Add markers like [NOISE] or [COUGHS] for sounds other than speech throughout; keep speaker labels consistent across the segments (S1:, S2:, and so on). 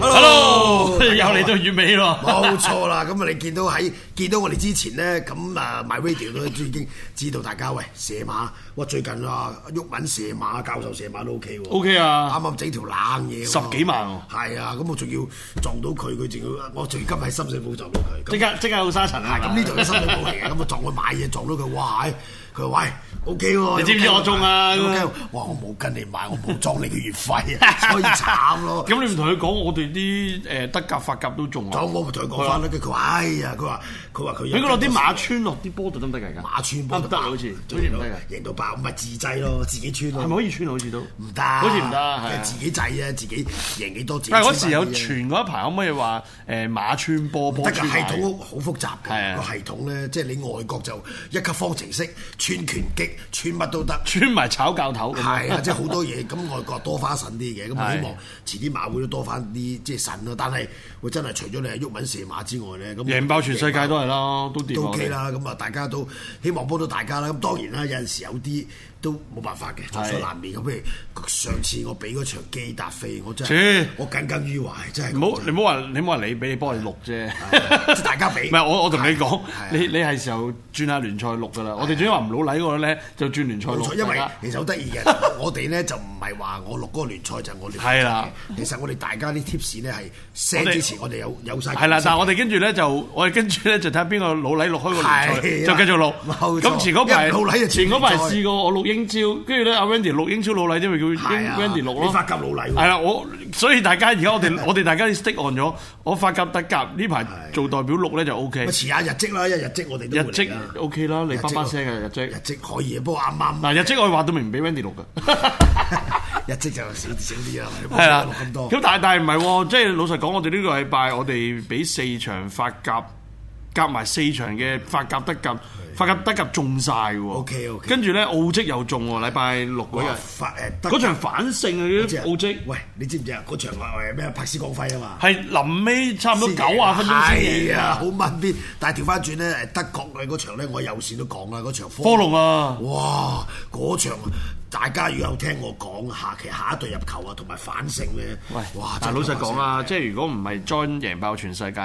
S1: Hello，又嚟到月尾咯。
S2: 冇錯啦，咁啊你見到喺見到我哋之前咧，咁啊 My Radio 都已經知道大家喂射馬，哇最近啊鬱文射馬，教授射馬都 OK 喎
S1: OK 啊
S2: 啱啱整條冷嘢喎，
S1: 十幾萬喎
S2: 係啊，咁我仲要撞到佢，佢仲要我最今喺深水埗撞到佢，咁
S1: 即刻即刻好沙塵啊！
S2: 係咁呢度嘅深水埗嚟嘅，咁我撞佢買嘢撞到佢，哇！唉佢話喂，OK 喎，
S1: 你知唔知我中啊
S2: 有冇
S1: 咁
S2: 計
S1: 樣
S2: 劃哇！我冇跟你買，我冇裝你嘅月費啊，所以慘咯。
S1: [LAUGHS] 咁你唔同佢講，我哋啲誒德甲、法甲都中啊
S2: 咁！我咪同佢講翻啦，跟住佢話：哎呀，佢話佢話佢有
S1: 你嗰度啲馬穿落啲波度得唔得㗎？而家
S2: 馬穿
S1: 得
S2: 波
S1: 唔得啊？好似好似唔得㗎，
S2: 贏到爆，咪自製咯，自己穿咯，
S1: 係咪可以穿啊？好似都唔
S2: 唔得，
S1: 好似唔得係啊
S2: 自己製啊，自己贏幾多自己
S1: 但
S2: 穿
S1: 係
S2: 返啲啊。
S1: 嗰時有傳嗰一排，可唔可以話誒馬穿波波
S2: 得㗎
S1: 穿
S2: 系
S1: 鞋
S2: 統好好複雜
S1: 係
S2: 嘅
S1: 啊
S2: 個系統咧，即係你外國就一級方程式，穿拳擊，穿乜都得。
S1: 穿埋炒教頭咁樣
S2: 係啊，即係好多嘢，咁外國多花神啲嘅，咁我
S1: 嗯係
S2: 希望遲啲馬會都多翻啲即係神咯。但係我真係除咗你係鬱文射馬之外咧，咁
S1: 贏爆全世界都係啦，都掂
S2: 都
S1: 啊
S2: OK 啦，咁啊大家都希望幫到大家啦。咁當然啦，有陣時有啲都冇辦法嘅，眾所難免。咁譬如上次我俾嗰場機達飛，我真係
S1: 切
S2: 我耿耿於懷，真係
S1: 我哋唔好你唔好話你唔好話你俾你幫你錄啫，
S2: [LAUGHS] 即係大家俾
S1: 唔係我我同你講
S2: 係啊，
S1: 你你係時候轉下聯賽錄㗎啦。我哋主要話唔老禮嗰個咧，就轉聯賽
S2: 冇
S1: 錄
S2: 錯，
S1: 大家。
S2: 因為其實好得意嘅，
S1: [LAUGHS]
S2: 我哋咧就唔係話我錄嗰個聯賽就係我哋
S1: 係啦。
S2: 其實我哋大家啲 tips 咧係 send 之前，我哋有有晒
S1: 係
S2: [LAUGHS]
S1: 啦，但係我
S2: 哋
S1: 哋跟住咧就，我哋跟住咧就睇下邊個老禮錄開個聯
S2: 係
S1: 賽，
S2: 啦
S1: 就繼續錄。
S2: 冇錯
S1: 咁前嗰排，
S2: 因為老禮就
S1: 前嗰排
S2: 前聯賽
S1: 試過我錄英超，跟住咧阿 Wendy 錄英超老禮，因為叫
S2: 係啊
S1: Wendy 錄咯
S2: 你。法甲老禮喎
S1: 係啦，我所以大家而家我
S2: [LAUGHS]
S1: 哋我哋大家 stick on 咗，我法甲德甲呢排做代表錄咧就 O K
S2: 啊咪。遲下日績啦，因為日績我哋
S1: 日
S2: 都會嚟
S1: 績
S2: 啦
S1: O K 啦，你叭叭聲啊嘅日
S2: 啊日
S1: 績。
S2: 績可以嘅，不過啱啱
S1: 嗱日績我話到明唔俾 Wendy 錄嘅。
S2: 日績就少少啲啦，冇
S1: 係啦
S2: 錄，咁多。
S1: 咁但係但係唔係喎，即係老實講，我哋呢個禮拜我哋俾四場法甲夾埋四場嘅法甲德甲，法甲德甲中晒喎。
S2: OK，OK
S1: 跟住咧澳職又中喎，禮拜六嗰日
S2: 哇法誒德
S1: 嗰場反勝啊！
S2: 即係
S1: 澳職
S2: 喂，你知唔知啊？嗰場話誒咩柏斯光輝啊嘛，
S1: 係臨尾差唔多九啊分鐘先
S2: 係
S1: 贏
S2: 啊，
S1: 啊
S2: 好！問邊。但係調翻轉咧，誒德國嘅嗰場咧，我有線都講啦，嗰場科
S1: 科隆啊，
S2: 哇！嗰場大家如果有聽我講下期下一隊入球啊，同埋反勝咧，
S1: 喂，
S2: 哇！
S1: 但係
S2: 真
S1: 老
S2: 係
S1: 實講啊，即係如果唔係 John 贏爆全世界，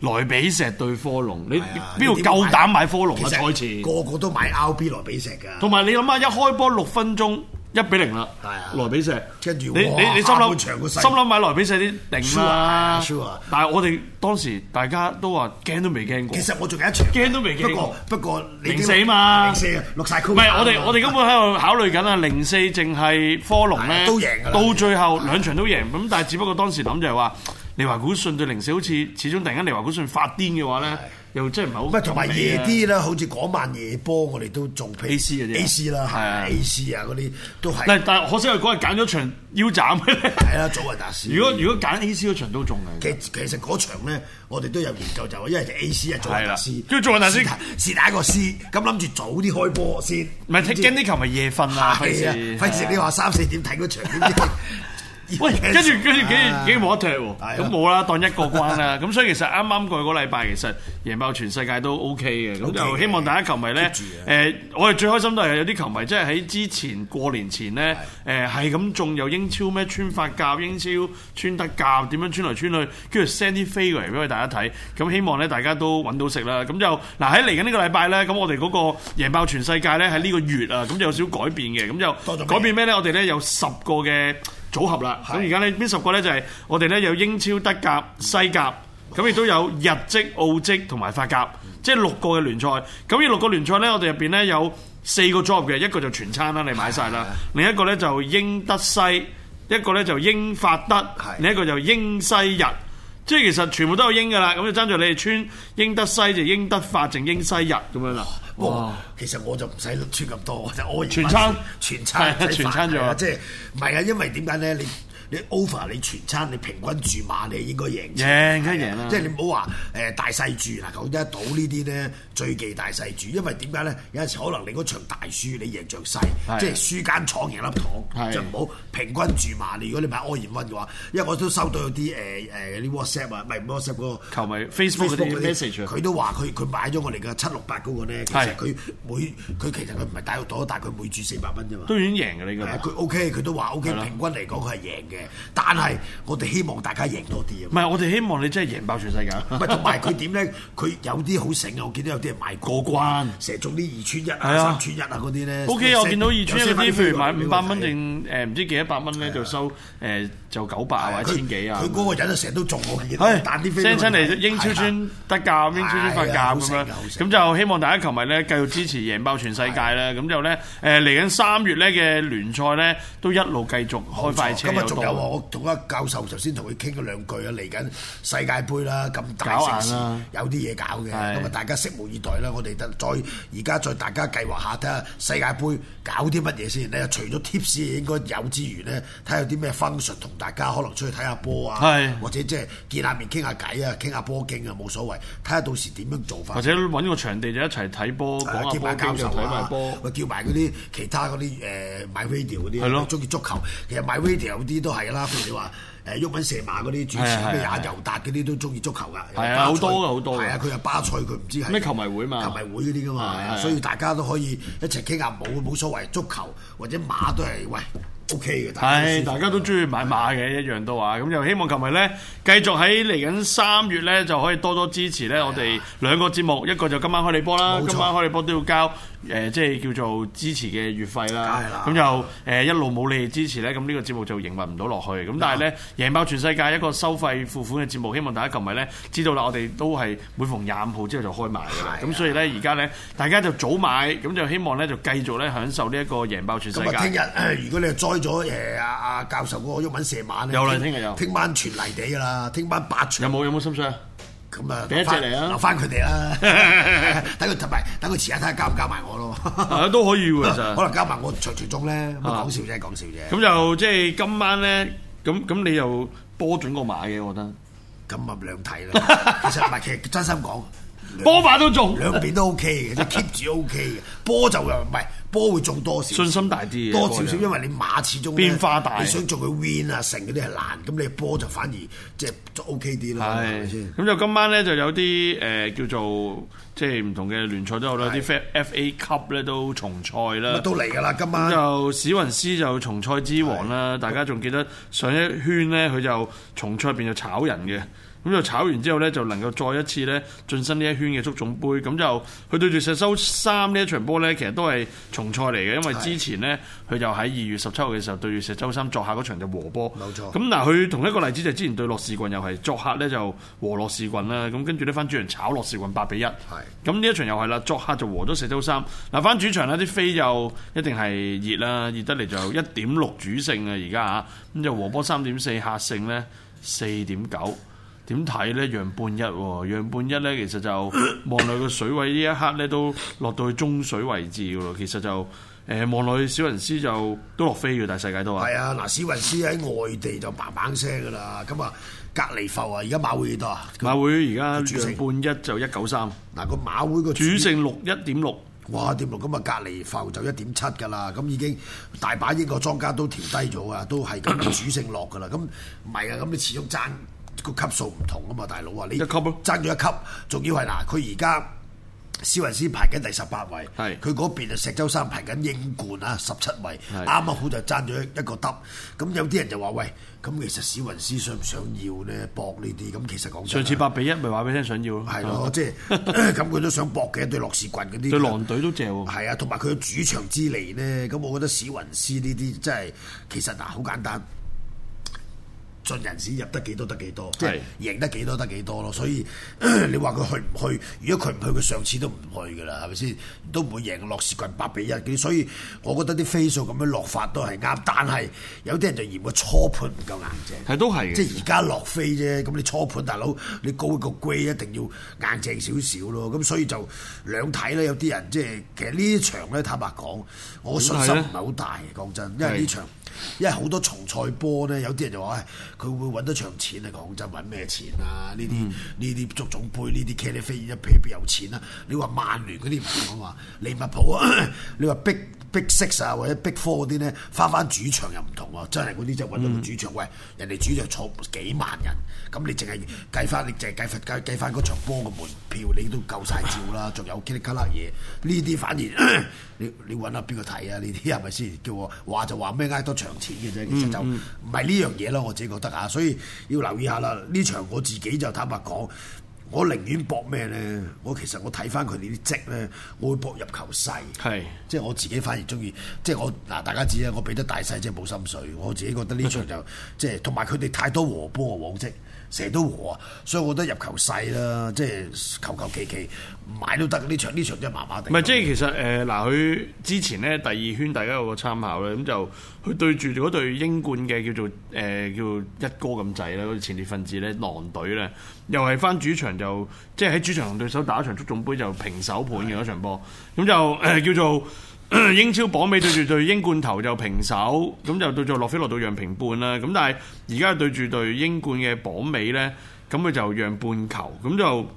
S1: 萊比錫對科隆，你
S2: 反勝，係啊
S1: 邊度夠膽買科隆啊？
S2: 其實
S1: 賽前
S2: 個個都買 RB 萊比錫㗎。
S1: 同埋你諗下，一開波六分鐘一比零啦
S2: 係啊，
S1: 萊比錫，
S2: 跟住
S1: 你
S2: 哇
S1: 你你心
S2: 下
S1: 諗
S2: 半場個勢
S1: 心諗買萊比錫啲定
S2: Sure
S1: 啦
S2: 啊，sure
S1: 但係我哋當時大家都話驚都未驚過
S2: 其。實我仲有一場嘅，
S1: 驚都未驚
S2: 不過不過你已經
S1: 零四嘛
S2: 零四啊，落晒 c
S1: 唔係，我哋我哋根本喺度考慮緊啊，零四淨係科隆
S2: 係
S1: 咧，
S2: 啊都贏㗎啦
S1: 到最後兩場都贏，咁但係只不過當時諗就係話，利華古信對零四好似始終突然間利華古信發癲嘅話咧，又真係唔係好
S2: 唔係同埋
S1: 合理
S2: 夜
S1: 啊
S2: 啲啦，好似嗰晚夜波我哋都做
S1: AC 嗰啲啊
S2: A C 啦，係
S1: 係啊
S2: A C 啊嗰啲都係
S1: 但但可惜佢嗰日揀咗場腰斬。
S2: 係啦，祖雲達斯。
S1: 如果如果揀 AC 嗰場都中嘅。
S2: 其其實嗰場咧，我哋都有研究就係因為就 A C 啊，祖雲達斯
S1: 係啦，跟住祖雲達斯
S2: 是但是打一個 C，咁諗住早啲開波先。
S1: 唔係驚啲球迷夜瞓
S2: 係
S1: 啊，
S2: 啊，
S1: 費事
S2: 費事你話三四點睇嗰場點知？
S1: [LAUGHS]
S2: [LAUGHS]
S1: 喂，跟住跟住幾
S2: 啊
S1: 幾冇得踢喎，
S2: 係啊
S1: 咁冇啦，當一個關啦。 [LAUGHS] 咁所以其實啱啱過去嗰禮拜，其實贏爆全世界都 OK 嘅。咁
S2: OK
S1: 就希望大家球迷咧
S2: keep 住，啊
S1: 誒，我哋最開心都係有啲球迷即係喺之前過年前咧，誒係咁中有英超咩穿法甲、英超穿德甲，點樣穿嚟穿去，跟住 send 啲飛過嚟俾我哋大家睇。咁希望咧大家都揾到食啦。咁就嗱喺嚟緊呢個禮拜咧，咁我哋嗰個贏爆全世界咧喺呢個月啊，咁就有少少改變嘅，咁
S2: 多
S1: 就
S2: 咗咩
S1: 改變咩咧？我哋咧有十個嘅組合啦。咁而家呢邊十個咧就係我哋咧有英超、德甲、西甲，咁亦都有日職、澳職同埋法甲，即係六個嘅聯賽。咁呢六個聯賽咧，我哋入邊咧有四個 job 嘅，一個就全餐啦，你買晒啦；另一個咧就英德西，一個咧就英法德，另一個就英西日。即係其實全部都有英噶啦，咁就爭在你哋村英德西就英德法，定英西日咁樣啦。
S2: 哇！其實我就唔使穿咁多，我就我而家
S1: 全餐
S2: 全餐
S1: 係啊全餐
S2: 咗
S1: 咗，
S2: 即係唔係啊？因為點解咧？你你 over 你全餐，你平均注碼你應該贏錢。
S1: 贏梗係贏啦
S2: 即係你唔好話誒大細注嗱，講一賭呢啲咧最忌大細注，因為點解咧？有陣時可能你嗰場大輸，你贏着細
S1: 係，
S2: 即係輸間廠贏粒糖，
S1: 係
S2: 就唔好平均注碼。你如果你買柯然温嘅話，因為我都收到有啲誒誒啲 WhatsApp 啊，唔係唔係 WhatsApp 嗰個
S1: 球迷 Facebook 嗰啲 message 啊
S2: 佢都話佢佢買咗我哋嘅七六八嗰個咧，其實
S1: 係
S2: 佢每佢其實佢唔係大陸賭，但係佢每注四百蚊啫嘛。
S1: 都已經贏嘅你
S2: 係啊
S1: 㗎。
S2: 佢 OK，佢都話 OK，平均嚟講佢係贏嘅，但係我哋希望大家贏多啲
S1: [LAUGHS]
S2: 啊
S1: 唔。係，我哋希望你真係贏爆全世界。
S2: 唔係同埋佢點咧？佢有啲好醒啊！我見到有啲人賣過關，成日中啲二穿一
S1: 係
S2: 啊、
S1: 啊
S2: 三穿一啊嗰啲咧。
S1: O K，我見到二村有啲譬如買五百蚊
S2: 正。
S1: 定誒唔知幾多百蚊咧，就收誒就九百啊或者千幾啊。
S2: 啊佢嗰個人啊，成日都中我嘅嘢，
S1: 係
S2: 彈啲飛
S1: 聲親
S2: 俾我
S1: 嚟
S2: 睇
S1: 英超
S2: 係啊
S1: 村得教，英超村法教咁
S2: 係啊好
S1: 樣
S2: 食㗎好，食
S1: 咁就希望大家球迷咧繼續支持贏爆全世界啦。咁就咧誒嚟緊三月咧嘅聯賽咧都一路繼續開快車
S2: 今日
S1: 有
S2: 仲有啊！
S1: 多。
S2: 我同阿教授頭先同佢傾咗兩句啊，嚟緊世界盃啦，咁大城
S1: 搞硬
S2: 市
S1: 啦
S2: 有啲嘢搞嘅，
S1: 係
S2: 咁啊大家拭目以待啦。我哋得再而家再大家計劃下，睇下世界盃搞啲乜嘢先咧。除咗 tips 應該有之餘咧，睇下有啲咩 function 同大家可能出去睇下波啊
S1: 係，
S2: 或者即係見下面傾下偈啊，傾下波經啊，冇所謂。睇下到時點樣做法
S1: 或。者揾個場地就一齊睇波，講
S2: 係叫
S1: 下
S2: 埋
S1: 波
S2: 教
S1: 經就
S2: 授
S1: 睇埋
S2: 啊
S1: 波，。
S2: 喂叫埋嗰啲其他嗰啲誒買 radio
S1: 係
S2: 嗰啲，
S1: 咯
S2: 中意足球，其實買 radio 有啲都係啦，譬如你話。誒鬱文射馬嗰啲主持
S1: 係係
S2: 咩啊
S1: 係
S2: 尤達嗰啲都中意足球㗎，
S1: 係啊
S2: 有
S1: 好
S2: 巴塞
S1: 多㗎好多㗎
S2: 係啊，佢係巴塞，佢唔知係
S1: 咩球迷會嘛
S2: 球迷會嗰啲㗎嘛，
S1: 係
S2: 係啊
S1: 係
S2: 所以大家都可以一齊傾下冇冇所謂，足球或者馬都係喂 OK 嘅，
S1: 係，
S2: 大
S1: 大
S2: 家
S1: 家都中意買馬嘅，一樣都話，咁就希望琴日咧繼續喺嚟緊三月咧就可以多多支持咧我哋兩個節目，一個就今晚開你波啦
S2: 啊冇，錯
S1: 今晚開你波都要交誒、呃即係叫做支持嘅月費啦
S2: 梗係啦，
S1: 咁就誒、呃一路冇你哋支持咧，咁呢個節目就營運唔到落去，咁但係咧贏爆全世界一個收費付款嘅節目，希望大家琴日咧知道啦，我哋都係每逢廿五號之後就開賣㗎
S2: 啊
S1: 啦，咁所以咧而家咧大家就早買，咁就希望咧就繼續咧享受呢一個贏爆全世
S2: 咁啊，聽
S1: 界，
S2: 日誒如果你係栽咗誒阿阿教授嗰個鬱文射馬咧，
S1: 有啦聽日有
S2: 聽晚全泥地㗎啦，聽晚八場
S1: 有。冇有冇心水啊？
S2: 咁啊，
S1: 俾一隻嚟啊
S2: 留翻佢哋
S1: [LAUGHS]
S2: 啦，等佢同埋等佢遲下睇下交唔交埋我咯。
S1: 啊都可以 [LAUGHS] 喎，其實
S2: [LAUGHS] 可。能交埋我隨隨中咧，咁啊講笑啫，講笑啫。
S1: 咁就即係今晚咧，咁咁你又波準過馬嘅，我覺得
S2: 咁啊兩睇啦，其實唔係，其實真心講，
S1: [LAUGHS] 波馬都中，
S2: 兩兩邊
S1: [LAUGHS]
S2: 都 OK 嘅，即係 keep 住 OK 嘅。波就又唔係，波會中多少？
S1: 信心大啲嘅
S2: 多
S1: 波
S2: 少
S1: 就
S2: 少，因為你馬始終呢
S1: 變化大
S2: 你想做佢 win 啊成嗰啲係難，咁你波就反而即係就 OK 啲啦，係咪先？
S1: 咁就今晚咧就有啲誒、呃叫做即係唔同嘅聯賽都有啦，啲 F A Cup 咧都重賽
S2: 乜
S1: 啦。
S2: 啊都嚟㗎啦，今
S1: 咁啊
S2: 晚。
S1: 就史雲斯就重賽之王啦，大家仲記得上一圈咧，佢就重賽入邊就炒人嘅，咁就炒完之後咧，就能夠再一次咧晉身呢一圈嘅足總杯，咁就佢對住石修三呢一場波咧，其實都係重賽嚟嘅，因為之前咧佢就喺二月十七號嘅時候對住石修三作客嗰場就和波，
S2: 冇錯
S1: 咁嗱，佢同一個例子就係之前對洛士郡又係作客咧就和洛士郡啦，咁跟住呢翻主場炒洛士郡八比一，咁呢一場又係啦，作客就和咗四周三。嗱，翻主場呢啲飛就一定係熱啦，熱得嚟就一點六主勝啊，而家嚇咁就和波三點四客勝呢，四點九。點睇呢？讓半一喎，讓半一呢，其實就望落去個水位呢一刻呢，都落到去中水位置噶咯。其實就誒望落去小人師就都落飛嘅，但係世界都話
S2: 係啊，嗱，史雲斯喺外地就砰砰聲噶啦，咁啊隔離埠啊，而家馬會幾多啊？
S1: 馬會而
S2: 主
S1: 家
S2: 勝
S1: 讓半一就一九三，
S2: 嗱個馬會個
S1: 主勝六一點六，
S2: 哇點六咁啊，隔離埠就一點七噶啦，咁已經大把英國莊家都調低咗啊，
S1: [COUGHS]
S2: 都係咁主勝落噶啦，咁唔係啊，咁你始終爭個級數唔同啊嘛，大佬啊，你
S1: 一級咯
S2: 爭咗一級，仲要係嗱，佢而家。肖雲斯排緊第十八位，
S1: 係
S2: 佢嗰邊啊石洲山排緊英冠啊十七位，
S1: 係
S2: 啱啱好就爭咗一個得。咁有啲人就話喂，咁其實史雲斯想唔想要咧搏呢啲？咁其實講真
S1: 上
S2: 啊
S1: 次八比一咪話俾你聽想要咯，
S2: 係咯，即係 [CLEARS THROAT] 咁佢都想搏嘅，對洛士棍嗰啲
S1: 啊對狼隊都正喎。
S2: 係啊，同埋佢嘅主場之利呢，咁我覺得史雲斯呢啲真係其實嗱，好簡單。進人士入得幾多得幾多，即
S1: 係
S2: 係贏得幾多得幾多咯。所以你話佢去唔去？如果佢唔去，佢上次都唔去噶啦，係咪先？都唔會贏落士棍八比一嗰啲。所以我覺得啲飛數咁樣落法都係啱，但係有啲人就嫌個初盤唔夠硬淨。
S1: 係都係
S2: 即
S1: 嘅。
S2: 係而家落飛啫，咁你初盤大佬你高一個 grade 一定要硬淨少少咯，咁所以就兩睇啦。有啲人即係其實呢場咧，坦白講，我信心唔係好大嘅，講真，因為呢場因為好多重賽波咧，有啲人就話唉哎佢會揾得場錢啊，講真揾咩錢啊？呢啲呢啲足總杯呢啲茄喱啡一啤邊有錢啊？你話曼聯嗰啲唔同啊嘛，利物浦啊， [CLEARS THROAT] 你話逼。Big Six 啊，或者 Big Four 嗰啲咧，翻翻主場又唔同喎，真係嗰啲真係揾到個主場，喂，人哋主場坐幾萬人，咁你淨係計翻，你淨係計翻計計翻嗰場波嘅門票，你都夠晒照啦，仲有 k i 卡啦嘢，呢啲反而 [COUGHS] 你你揾下邊個睇啊？呢啲係咪先？叫我話就話咩嗌多場錢嘅啫，其實就唔係呢樣嘢咯，我自己覺得啊，所以要留意下啦。呢場我自己就坦白講。我寧願搏咩咧？我其實我睇翻佢哋啲積咧，我會搏入球細。
S1: 係
S2: 即係我自己反而中意，即係我嗱大家知啦，我俾得大細即係冇心水，我自己覺得呢
S1: [LAUGHS]
S2: 場就即係同埋佢哋太多和波啊往績，成日都和啊，所以我覺得入球細啦，即係求求其其買都得呢場呢場真係麻麻地。
S1: 唔係，即係其實誒嗱，佢、之前咧第二圈大家有個參考咧，咁就佢對住嗰隊英冠嘅叫做誒、呃叫做一哥咁滯啦，嗰啲前列分子咧狼隊咧，又係翻主場就即係喺主場同對手打一場足總杯就平手盤嘅嗰場波，咁就誒、呃叫做。呃英超榜尾對住對英冠頭就平手，咁就對住洛菲洛到讓平半啦。咁但係而家對住對英冠嘅榜尾咧，咁佢就讓半球，咁就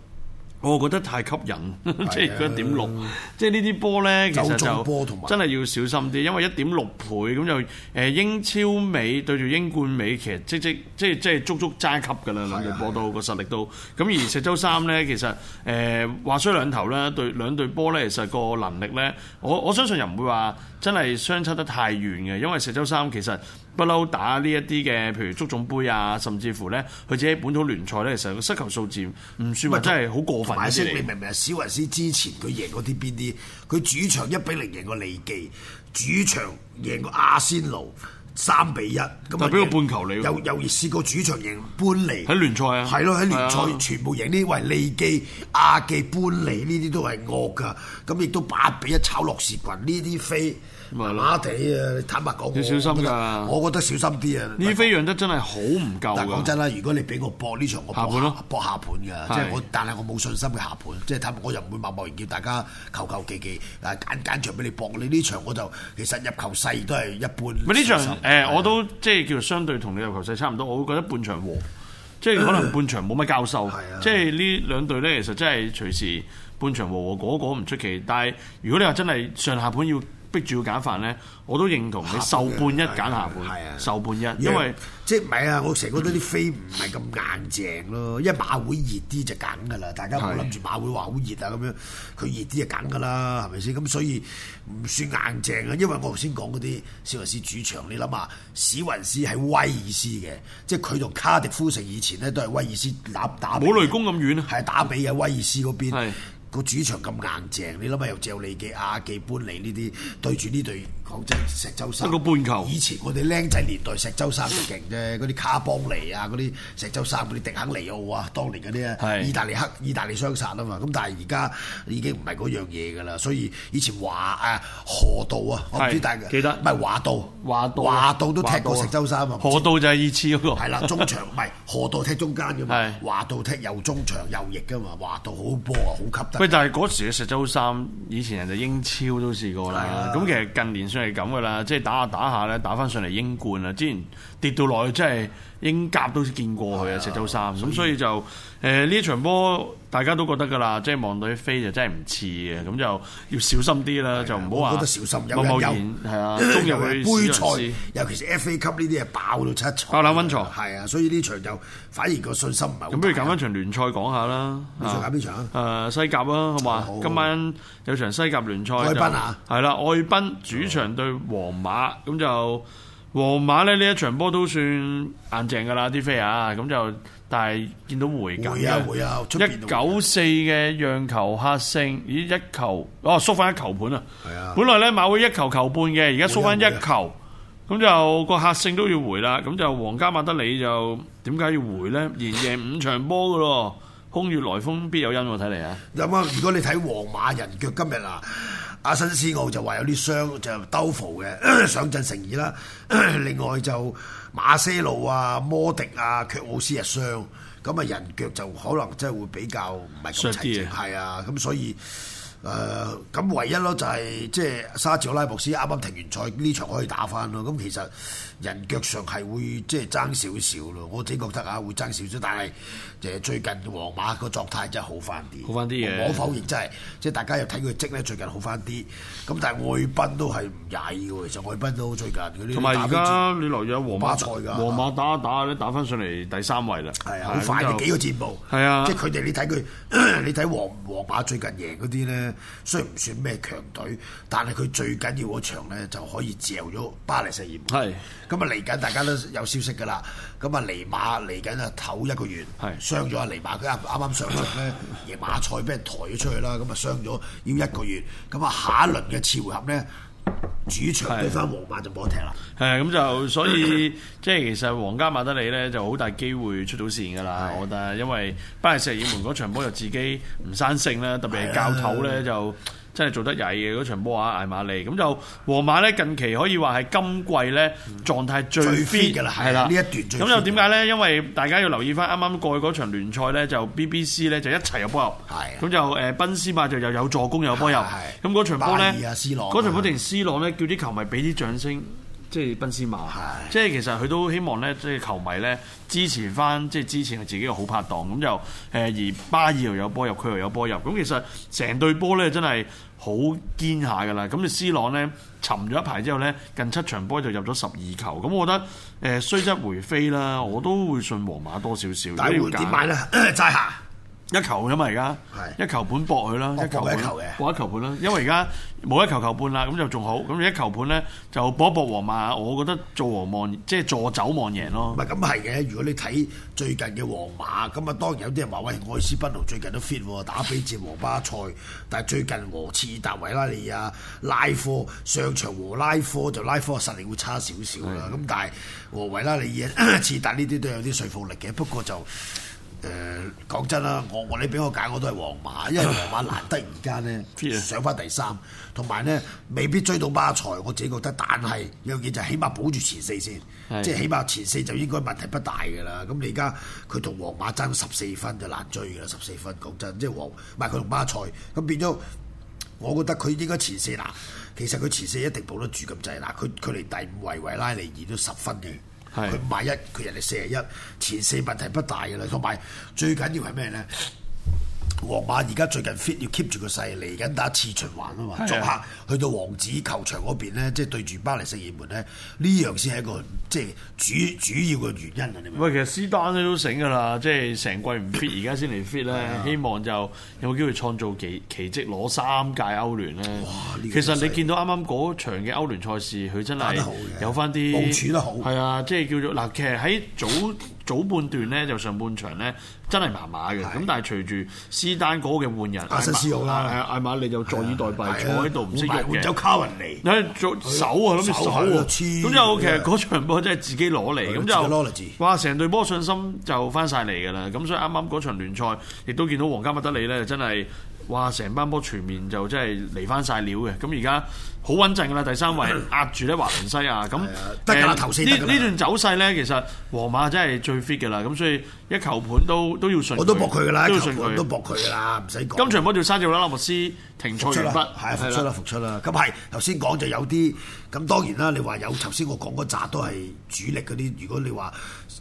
S1: 我覺得太吸
S2: [LAUGHS]
S1: 引，即係一點六，即係呢啲波咧，其實
S2: 周中啊波
S1: 就
S2: 同埋
S1: 真係要小心啲，因為一點六倍咁就誒英超尾對住英冠尾，其實即即即係即係足足揸級㗎
S2: 啊
S1: 啦，兩隊波都個實力都。咁而石洲三咧，其實誒、呃、話雖兩頭啦，對兩隊波咧，其實個能力咧，我我相信又唔會話真係相差得太遠嘅，因為石洲三其實。不嬲打呢一啲嘅，譬如足總杯啊，甚至乎咧，佢自己本土聯賽咧，其實個失球數字唔算話真係好過分
S2: 同埋
S1: 嗰啲
S2: 先，
S1: 嚟
S2: 你
S1: 嘅
S2: 明唔明啊？小雲斯之前佢贏嗰啲邊啲？佢主場一比零贏過利記，主場贏過阿仙奴三比一，咁啊
S1: 但俾個
S2: 贏
S1: 半球你喎
S2: 又又試過主場贏搬利
S1: 喺聯賽啊
S2: 係咯喺聯
S1: 係啊
S2: 賽全部贏呢，喂利記、亞記、搬利呢啲都係惡㗎，咁亦都八比一炒落士棍呢啲飛。
S1: 咪係
S2: 麻
S1: 咯
S2: 麻地啊！坦白講，
S1: 要小心㗎
S2: 我覺得我覺得小心啲啊！
S1: 呢啲飛揚得真係好唔夠啊
S2: 但係講
S1: 㗎。
S2: 真啦，如果你俾我搏呢場，我
S1: 下盤
S2: 搏
S1: 咯
S2: 搏下盤㗎，即
S1: 係
S2: 係我，但係我冇信心嘅下盤，即係睇我又唔會貿貿然叫大家求求其其誒揀揀場俾你搏，你呢場我就其實入球細都係一般。
S1: 咪呢場
S2: 小心
S1: 誒我都即係叫做相對同你入球勢差唔多，我會覺得半場和，即係可能半場冇乜交手
S2: [LAUGHS] 係啊，
S1: 即係呢兩隊咧其實真係隨時半場和和嗰個唔出奇，但係如果你話真係上下盤要逼住要揀飯咧，我都認同你受半一揀下
S2: 係啊
S1: 盤，受半一，因為。
S2: 即係唔係啊？我成日覺得啲飛唔係咁硬淨咯，因為馬會熱啲就梗㗎啦，大家冇諗住馬會話好熱啊咁樣，佢熱啲就梗㗎啦，係咪先？咁所以唔算硬淨啊，因為我頭先講嗰啲史雲斯主場，你諗下，史雲斯係威爾斯嘅，即係佢同卡迪夫城以前咧都係威爾斯打打比嘅
S1: 冇雷公咁遠啊
S2: 係打比嘅威爾斯嗰
S1: 係
S2: 邊。個主場咁硬淨，你諗下又借利記、亞記、搬嚟呢啲對住呢隊講真石洲山
S1: 得個半球
S2: 以前我哋僆仔年代石洲衫就勁啫，嗰啲卡邦尼啊，嗰啲石洲衫嗰啲迪肯尼奧啊，當年嗰啲啊，
S1: 係
S2: 意大利黑意大利雙殺啊嘛。咁但係而家已經唔係嗰樣嘢㗎啦，所以以前華啊河道啊，我唔
S1: 係
S2: 知大家
S1: 記得
S2: 唔係華道，
S1: 華道啊
S2: 華道都踢過石洲衫啊，
S1: 河道就係二次嗰個，
S2: 係啦，中場唔係河道踢中間㗎嘛
S1: 係，
S2: 華道踢右中場右翼㗎嘛，華道好波啊，好吸得。
S1: 喂，但係嗰時嘅石洲三，以前人哋英超都試過啦。
S2: 啊
S1: 咁、其實近年算係咁噶啦，即係打下打下咧，打翻上嚟英冠啦。之前跌到落去，真係英甲都見過佢啊，石洲三。咁所以就誒呃呢、一場波，大家都覺得噶啦，即係望到啲飛就真係唔似嘅，咁就要小心啲啦，就唔好話
S2: 啊我覺得小心，有
S1: 貿
S2: 人
S1: 貿然
S2: 有
S1: 係
S2: [CLEARS THROAT]
S1: 啊，中
S2: 有
S1: 入去
S2: 人
S1: 史
S2: 杯
S1: 雲斯
S2: 賽，尤其是 FA 級呢啲係爆到七彩，
S1: 爆冷溫床
S2: 係啊，所以呢場就反而個信心唔係好大。啊
S1: 咁不如揀翻場聯賽講下啦。
S2: 你想揀邊場
S1: 誒
S2: 啊、哦
S1: 西甲啦，好嘛？
S2: 好
S1: 今晚有場西甲聯賽就，
S2: 愛賓啊
S1: 係啦，愛賓主場對皇馬，咁就皇馬咧呢一場波都算硬淨㗎啦，啲飛啊，咁就但係見到回緊
S2: 回啊回啊出邊
S1: 一
S2: 都
S1: 九四嘅讓球客勝，咦一球哦縮翻一球盤啊，
S2: 係啊
S1: 本來咧馬會一球球半嘅，而家縮翻一
S2: 回啊回啊
S1: 球。咁就個客勝都要回啦。咁就皇家馬德里就點解要回呢？連贏五場波嘅咯，空穴來風必有因喎，睇嚟啊！
S2: 咁啊，如果你睇皇馬人腳今日啊，阿新斯奧就話有啲傷，就兜扶嘅 [CLEARS THROAT] 上陣誠意啦。另外就馬些路啊、摩迪啊、卻奧斯啊傷，咁啊人腳就可能真係會比較唔係咁
S1: 削啲
S2: 齊整，
S1: 嘅
S2: 係啊，咁所以。誒呃咁、唯一咯就係即係沙治奧拉博斯啱啱停完賽呢場可以打翻咯，咁其實人腳上係會即係爭少少咯，我自己覺得啊會爭少少，但係誒最近皇馬個狀態真係好翻啲，
S1: 好返啲嘅
S2: 無可否認真係即係大家又睇佢積咧最近好翻啲，咁但係外賓都係唔曳嘅喎，其實外賓都最近嗰啲
S1: 同埋而
S2: 嗯打
S1: 家你留意下皇
S2: 巴
S1: 馬，
S2: 塞㗎
S1: 皇馬打一打咧打翻上嚟第三位啦，
S2: 係啊，好快
S1: 咁就
S2: 嘅幾個節目。
S1: 係啊
S2: 即係佢哋你睇佢， [CLEARS THROAT] 你睇皇皇馬最近贏嗰啲咧，雖然唔算咩強隊，但係佢最緊要嗰場咧就可以嚼咗巴黎聖日門。
S1: 係
S2: 咁啊，嚟緊大家都有消息㗎啦。咁啊，尼馬嚟緊啊唞一個月，
S1: 係
S2: 傷咗啊尼馬，佢啱啱上場
S1: [LAUGHS]
S2: 咧，贏馬賽俾人抬咗出去啦，咁啊傷咗要一個月。咁啊，下一輪嘅次回合咧，主場對翻皇馬就冇得踢啦。
S1: 係咁就所以 [CLEARS THROAT] 即係其實皇家馬德里咧就好大機會出到線㗎啦，我覺得，因為巴黎聖日耳門嗰場波就自己唔生性
S2: 啊
S1: 啦，特別係教頭咧就。真係做得曳嘅嗰場波啊，艾馬利咁就皇馬咧近期可以話係今季咧狀態最
S2: 嗯最
S1: fit
S2: fit 㗎啦係
S1: 係啦
S2: 呢一段最
S1: 咁又
S2: fit
S1: 點解咧？因為大家要留意翻啱啱過去嗰場聯賽咧，就 BBC 咧就一齊有波入，
S2: 係啊
S1: 咁就誒賓斯馬就又有助攻又有波入，
S2: 係係
S1: 咁嗰場波咧
S2: 巴爾啊，C 朗啊
S1: 嗰場波定 C 朗咧叫啲球迷俾啲掌聲。即係賓斯馬，即係其實佢都希望咧，即係球迷咧支持翻，即係之前佢自己嘅好拍檔咁就誒，而巴爾又有波入，佢又有波入，咁其實成隊波咧真係好堅下㗎啦。咁你 C 朗咧沉咗一排之後咧，近七場波就入咗十二球，咁我覺得誒呃雖則回飛啦，我都會信皇馬多少少。
S2: 但係
S1: 如果
S2: 會
S1: 要
S2: 點
S1: 揀
S2: 買咧？ [COUGHS] 齋下。
S1: 一球啫嘛，而家
S2: 係
S1: 一球半搏佢啦，
S2: 哦
S1: 一球
S2: 搏
S1: 半
S2: 一球嘅
S1: 搏一球半啦。因為而家冇一球球半啦，咁就仲好。咁一球半咧就搏一搏皇馬，我覺得做皇望即係助走望贏咯
S2: 唔。係咁係嘅，如果你睇最近嘅皇馬，咁啊當然有啲人話喂，愛斯賓奴最近都 fit 喎，打比戰和巴塞，但係最近和次達維拉利啊、拉科上場和拉科就拉科實力會差少少啦，咁但係和維拉利啊、 [COUGHS] 次達呢啲都有啲說服力嘅，不過就。誒呃講、真啦，我我你俾我揀，我都係皇馬，因為皇馬難得而家咧
S1: Fit 啊
S2: 上翻第三，同埋咧未必追到巴塞，我自己覺得。但係有樣嘢就起碼保住前四先，
S1: 係
S2: 即係起碼前四就應該問題不大㗎啦。咁你而家佢同皇馬爭十四分就難追㗎啦，十四分講真，即係皇唔係佢同巴塞，咁變咗我覺得佢應該前四嗱，其實佢前四一定保得住咁滯嗱，佢距離第五位維拉利爾都十分嘅。
S1: 係
S2: 佢五廿一，佢人哋四廿一，前四問題不大㗎啦。同埋最緊要係咩咧？皇馬而家最近 fit 要 keep 住個勢，嚟緊打次循環啊嘛，作客去到王子球場嗰邊咧，即係對住巴黎聖熱門咧，呢樣先係一個即係主主要嘅原因啊！你明唔明？
S1: 喂，其實斯丹咧都醒㗎
S2: [LAUGHS]
S1: 啦，即係成季唔 fit，而家先嚟 fit 咧，
S2: 啊
S1: 希望就有冇機會創造奇奇蹟攞三屆歐聯咧。
S2: 呢個
S1: 其實
S2: 真係
S1: 你見到啱啱嗰場嘅歐聯賽事，佢真
S2: 打
S1: 係
S2: 得好嘅
S1: 有翻啲
S2: 部署得好
S1: 係啊，即係叫做嗱，其實喺早早半段咧，就上半場咧真係麻麻嘅，咁但係隨住斯丹嗰個嘅換人，
S2: 阿新斯奧啦
S1: 艾艾艾馬利就坐以待斃，
S2: 係啊
S1: 坐喺度唔識
S2: 換
S1: 喐
S2: 埋換
S1: 嘅
S2: 走。卡雲尼。
S1: 你做手啊，諗住手
S2: 手係
S1: 啊
S2: 咯，黐
S1: 咁就其實嗰場波真係自己攞嚟，
S2: 係咯
S1: 咁
S2: 自己攞嚟
S1: 就哇成隊波信心就翻晒嚟㗎啦。咁所以啱啱嗰場聯賽，亦都見到皇家麥德里咧，真係哇成班波全面就真係嚟翻晒料嘅。咁而家好穩陣㗎啦，第三
S2: [COUGHS]
S1: 位壓住咧華倫西亞，咁
S2: 啊得㗎啦
S1: 誒
S2: 頭先
S1: 呢
S2: 得㗎啦
S1: 呢段走勢咧，其實皇馬真係最 fit 㗎啦。咁所以一球盤都都要順，
S2: 我都搏佢㗎啦，
S1: 都要
S2: 球
S1: 順
S2: 盤都
S1: 佢。
S2: 搏佢㗎啦，唔使講。
S1: 今場波就沙治奧拉莫斯停賽
S2: 復出
S1: 完
S2: 啦，
S1: 畢，
S2: 係啊復出啦，復出啦。咁係頭先講就有啲，咁當然啦。你話有頭先我講嗰扎都係主力嗰啲，如果你話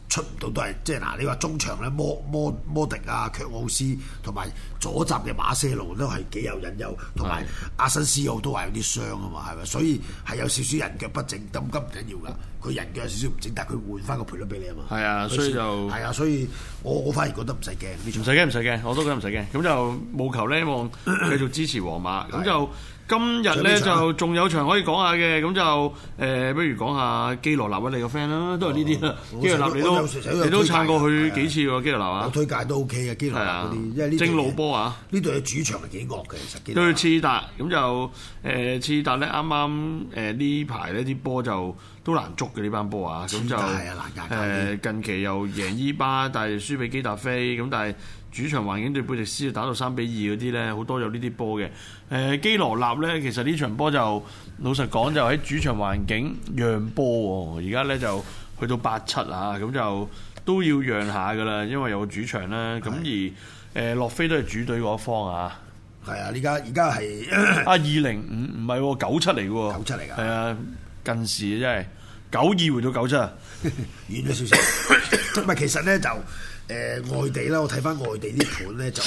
S2: 出唔到都係即係嗱，你話中場咧摩摩摩迪啊、卻奧斯同埋左閘嘅馬些路都係幾有隱憂，同埋阿新斯奧都話有啲傷啊嘛，係咪？所以係有少少人腳不整，咁咁唔緊要㗎。佢人腳有少少唔整，但係佢換翻個賠率俾你啊嘛。
S1: 係啊
S2: 佢
S1: 所以
S2: 先
S1: 就
S2: 係啊，所以我我反而覺得唔使驚呢場 [COUGHS]
S1: 唔。使驚，唔使驚，我都覺得唔使驚。咁就冇球咧，希望繼續支持皇馬。咁就今日
S2: 仲有
S1: 咧
S2: 咩場啊
S1: 就仲有場可以講下嘅，咁就誒、不如講下基羅納啊，你個 friend 啦，都係呢啲啦。
S2: 嗯我
S1: 基羅納
S2: 成日
S1: 你
S2: 我
S1: 都
S2: 有時成日有
S1: 你都
S2: 推介
S1: 撐過
S2: 嘅
S1: 佢
S2: 係啊
S1: 幾次喎，基羅納
S2: 我
S1: 啊，
S2: 推介都 OK 嘅，基羅
S1: 係
S2: 納嗰
S1: 啊
S2: 啲，因為呢，隊
S1: 正路
S2: 嘢
S1: 波啊。
S2: 呢隊嘅主場係幾惡嘅，其實基羅
S1: 對
S2: 納
S1: 刺達咁就呃誒刺達咧，啱啱誒呢排呢啲波就都難捉嘅呢班波啊，咁
S2: 刺
S1: 就
S2: 達係啊難搞
S1: 誒近期又贏伊巴，但係輸俾基達菲，咁但係主場環境對貝迪斯打到三比二嗰啲咧，好多有呢啲波嘅。誒基羅納咧，其實呢場波就老實講就喺主場環境讓波喎，而家咧就去到八七啊，咁就都要讓下噶啦，因為有個主場啦，咁而誒呃洛菲都係主隊嗰一方啊。
S2: 係啊，而家而家
S1: [LAUGHS] 啊，
S2: 係 [COUGHS]
S1: 二零五唔係喎，九七嚟嘅喎，
S2: 97嚟㗎
S1: 係啊，近時真係九二回到九七啊，
S2: 遠咗
S1: [COUGHS]
S2: 少少。唔係，其實咧就誒、外地啦，我睇翻外地啲盤咧就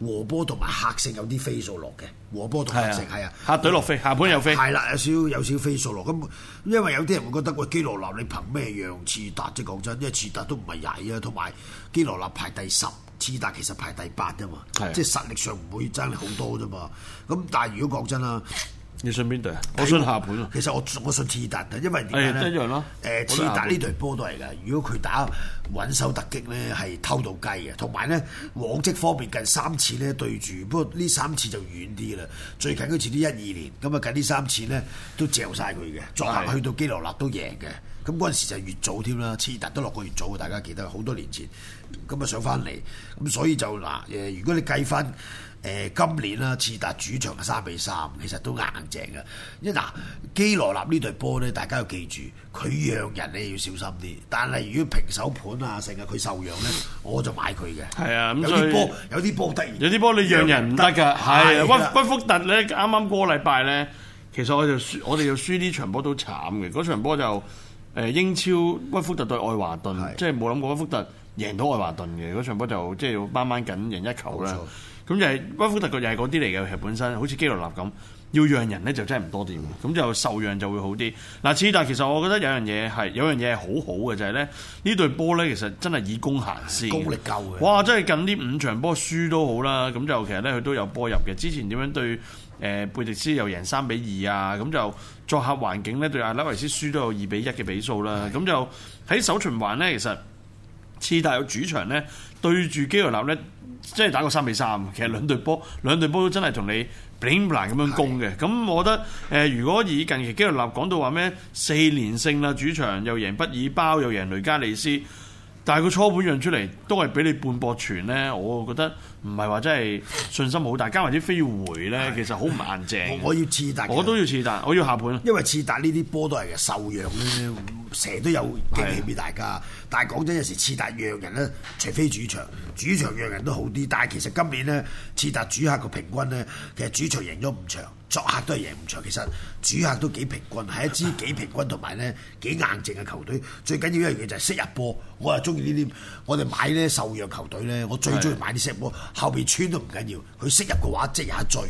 S2: 和波同埋客勝有啲飛數落嘅，和波同客
S1: 係啊
S2: 勝係啊，
S1: 客隊落飛，下盤又飛，
S2: 係啦，有少有少飛數落。咁因為有啲人會覺得喂基羅納你憑咩讓次達啫？講真，因為次達都唔係曳啊，同埋基羅納排第十。次達其實排第八啫嘛
S1: 係啊，
S2: 即係實力上唔會爭好多啫嘛。咁但係如果講真啦，
S1: 你信邊隊啊？我信下盤啊，
S2: 其實我我信次達嘅，因為點解
S1: 誒
S2: 咧？
S1: 一樣咯
S2: 誒，
S1: 我都
S2: 次達
S1: 啱
S2: 呢隊波都係㗎。如果佢打穩手突擊咧，係偷到雞嘅。同埋咧，往績方面近三次咧對住，不過呢三次就遠啲啦。最近嗰次啲一二年，咁啊近呢三次咧都嚼晒佢嘅，作客
S1: 係
S2: 去到基羅納都贏嘅。咁嗰陣時就係越早添啦，次達都落過越早，大家記得好多年前。咁啊上翻嚟，咁所以就嗱誒，如果你計翻。誒、今年啦，次達主場係三比三，其實都硬正嘅。因為嗱，基羅納呢隊波咧，大家要記住，佢讓人咧要小心啲。但係如果平手盤啊，成日佢受讓咧，我就買佢嘅。
S1: 係啊咁
S2: 有
S1: 所
S2: 啲
S1: 以
S2: 波有啲波突然
S1: 有啲波你讓人唔得㗎，係
S2: 係
S1: 啊
S2: 啦，
S1: 屈屈福特咧，啱啱嗰個禮拜咧，其實我就輸，我哋就輸呢場波都慘嘅，嗰場波就誒英超屈福特對愛華頓，
S2: 係
S1: 即係冇諗過屈福特贏到愛華頓嘅嗰場波就即係掹掹緊贏一球啦。咁就係屈福特個又係嗰啲嚟嘅，其實本身好似基羅納咁，要讓人咧就真係唔多掂，咁就受讓就會好啲。嗱，此但其實我覺得有樣嘢係有樣嘢係好好嘅就係咧，呢隊波咧其實真係以攻行先嘅，
S2: 功力夠嘅
S1: 哇！真係近呢五場波輸都好啦，咁就其實咧佢都有波入嘅。之前點樣對誒、呃、貝迪斯又贏三比二啊，咁就作客環境咧對阿拉維斯輸都有二比一嘅比數啦。咁就喺首循環咧，其實。次大有主場咧，對住基羅納咧，即係打個三比三。其實兩隊波，兩隊波都真係同你 bling bling 咁樣攻嘅。咁我覺得誒、呃如果以近期基羅納講到話咩四連勝啦，主場又贏畢爾包，又贏雷加利斯，但係佢初盤讓出嚟都係俾你半博全咧，我覺得唔係話真係信心好大，加埋啲飛要回咧，其實好唔硬正。
S2: 我我要次達嘅，
S1: 我都要次但，我要下盤啊！
S2: 因為次達呢啲波都係嘅受讓咧，成日都有驚喜俾大家。但係講真，有時次達讓人咧，除非主場，主場讓人都好啲。但係其實今年咧，次達主客個平均咧，其實主場贏咗五場，作客都係贏五場。其實主客都幾平均，係一支
S1: 啊
S2: 幾平均同埋咧幾硬淨嘅球隊。最緊要一樣嘢就係識入波，我又中意呢啲。我哋買咧受讓球隊咧，我最中意買啲識入波，後邊穿都唔緊要，佢識入嘅話即係有得追。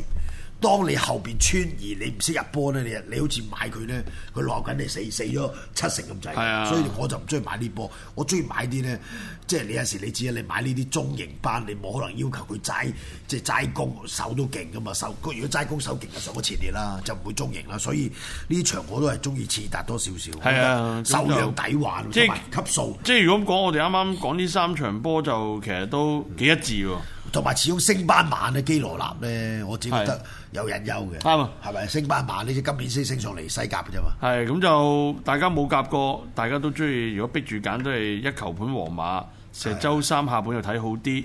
S2: 當你後邊穿而你唔識入波咧，你你好似買佢咧，佢落緊你死死咗七成咁滯。
S1: 係啊
S2: 所以我就唔中意買呢波，我中意買啲咧，即係你有時你知啊，你買呢啲中型班，你冇可能要求佢齋即係齋攻手都勁噶嘛，手如果齋攻手勁就上咗前列啦，就唔會中型啦。所以呢場我都係中意次達多少少，
S1: 係啊
S2: 受讓抵玩，
S1: 即係
S2: 同埋級數，
S1: 即係如果咁講，我哋啱啱講呢三場波就其實都幾一致喎。
S2: 同埋始終升班馬咧，基羅納咧，我只覺得有隱憂嘅，
S1: 啱啊
S2: 係咪升班馬呢？即今年先升上嚟西甲嘅啫嘛。
S1: 係咁就大家冇夾過，大家都中意。如果逼住揀，都係一球盤皇馬，石洲三下盤又睇好啲，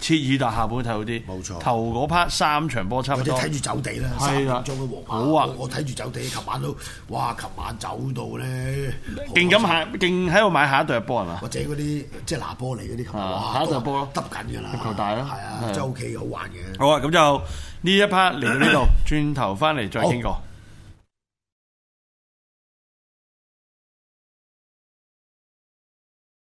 S1: 切爾達下盤睇好啲。
S2: 冇錯
S1: 頭嗰 part 三場波差
S2: 或
S1: 唔
S2: 者
S1: 多。
S2: 睇住走地啦，
S1: 啊係啊
S2: 三點鐘嘅皇馬，
S1: 好啊
S2: 我我睇住走地，琴晚都，哇！琴晚走到咧，
S1: 勁咁下，勁喺度買下一隊入波係嘛？
S2: 或者嗰啲即係拿波嚟嗰啲，琴晚
S1: 啊
S2: 哇，
S1: 下一隻波咯
S2: 得緊㗎啦，
S1: 入球大啦
S2: 係啊
S1: 係，
S2: 真係 OK 好玩嘅。
S1: 啊好啊，咁就呢一 part 嚟到呢度，轉頭翻嚟再傾過。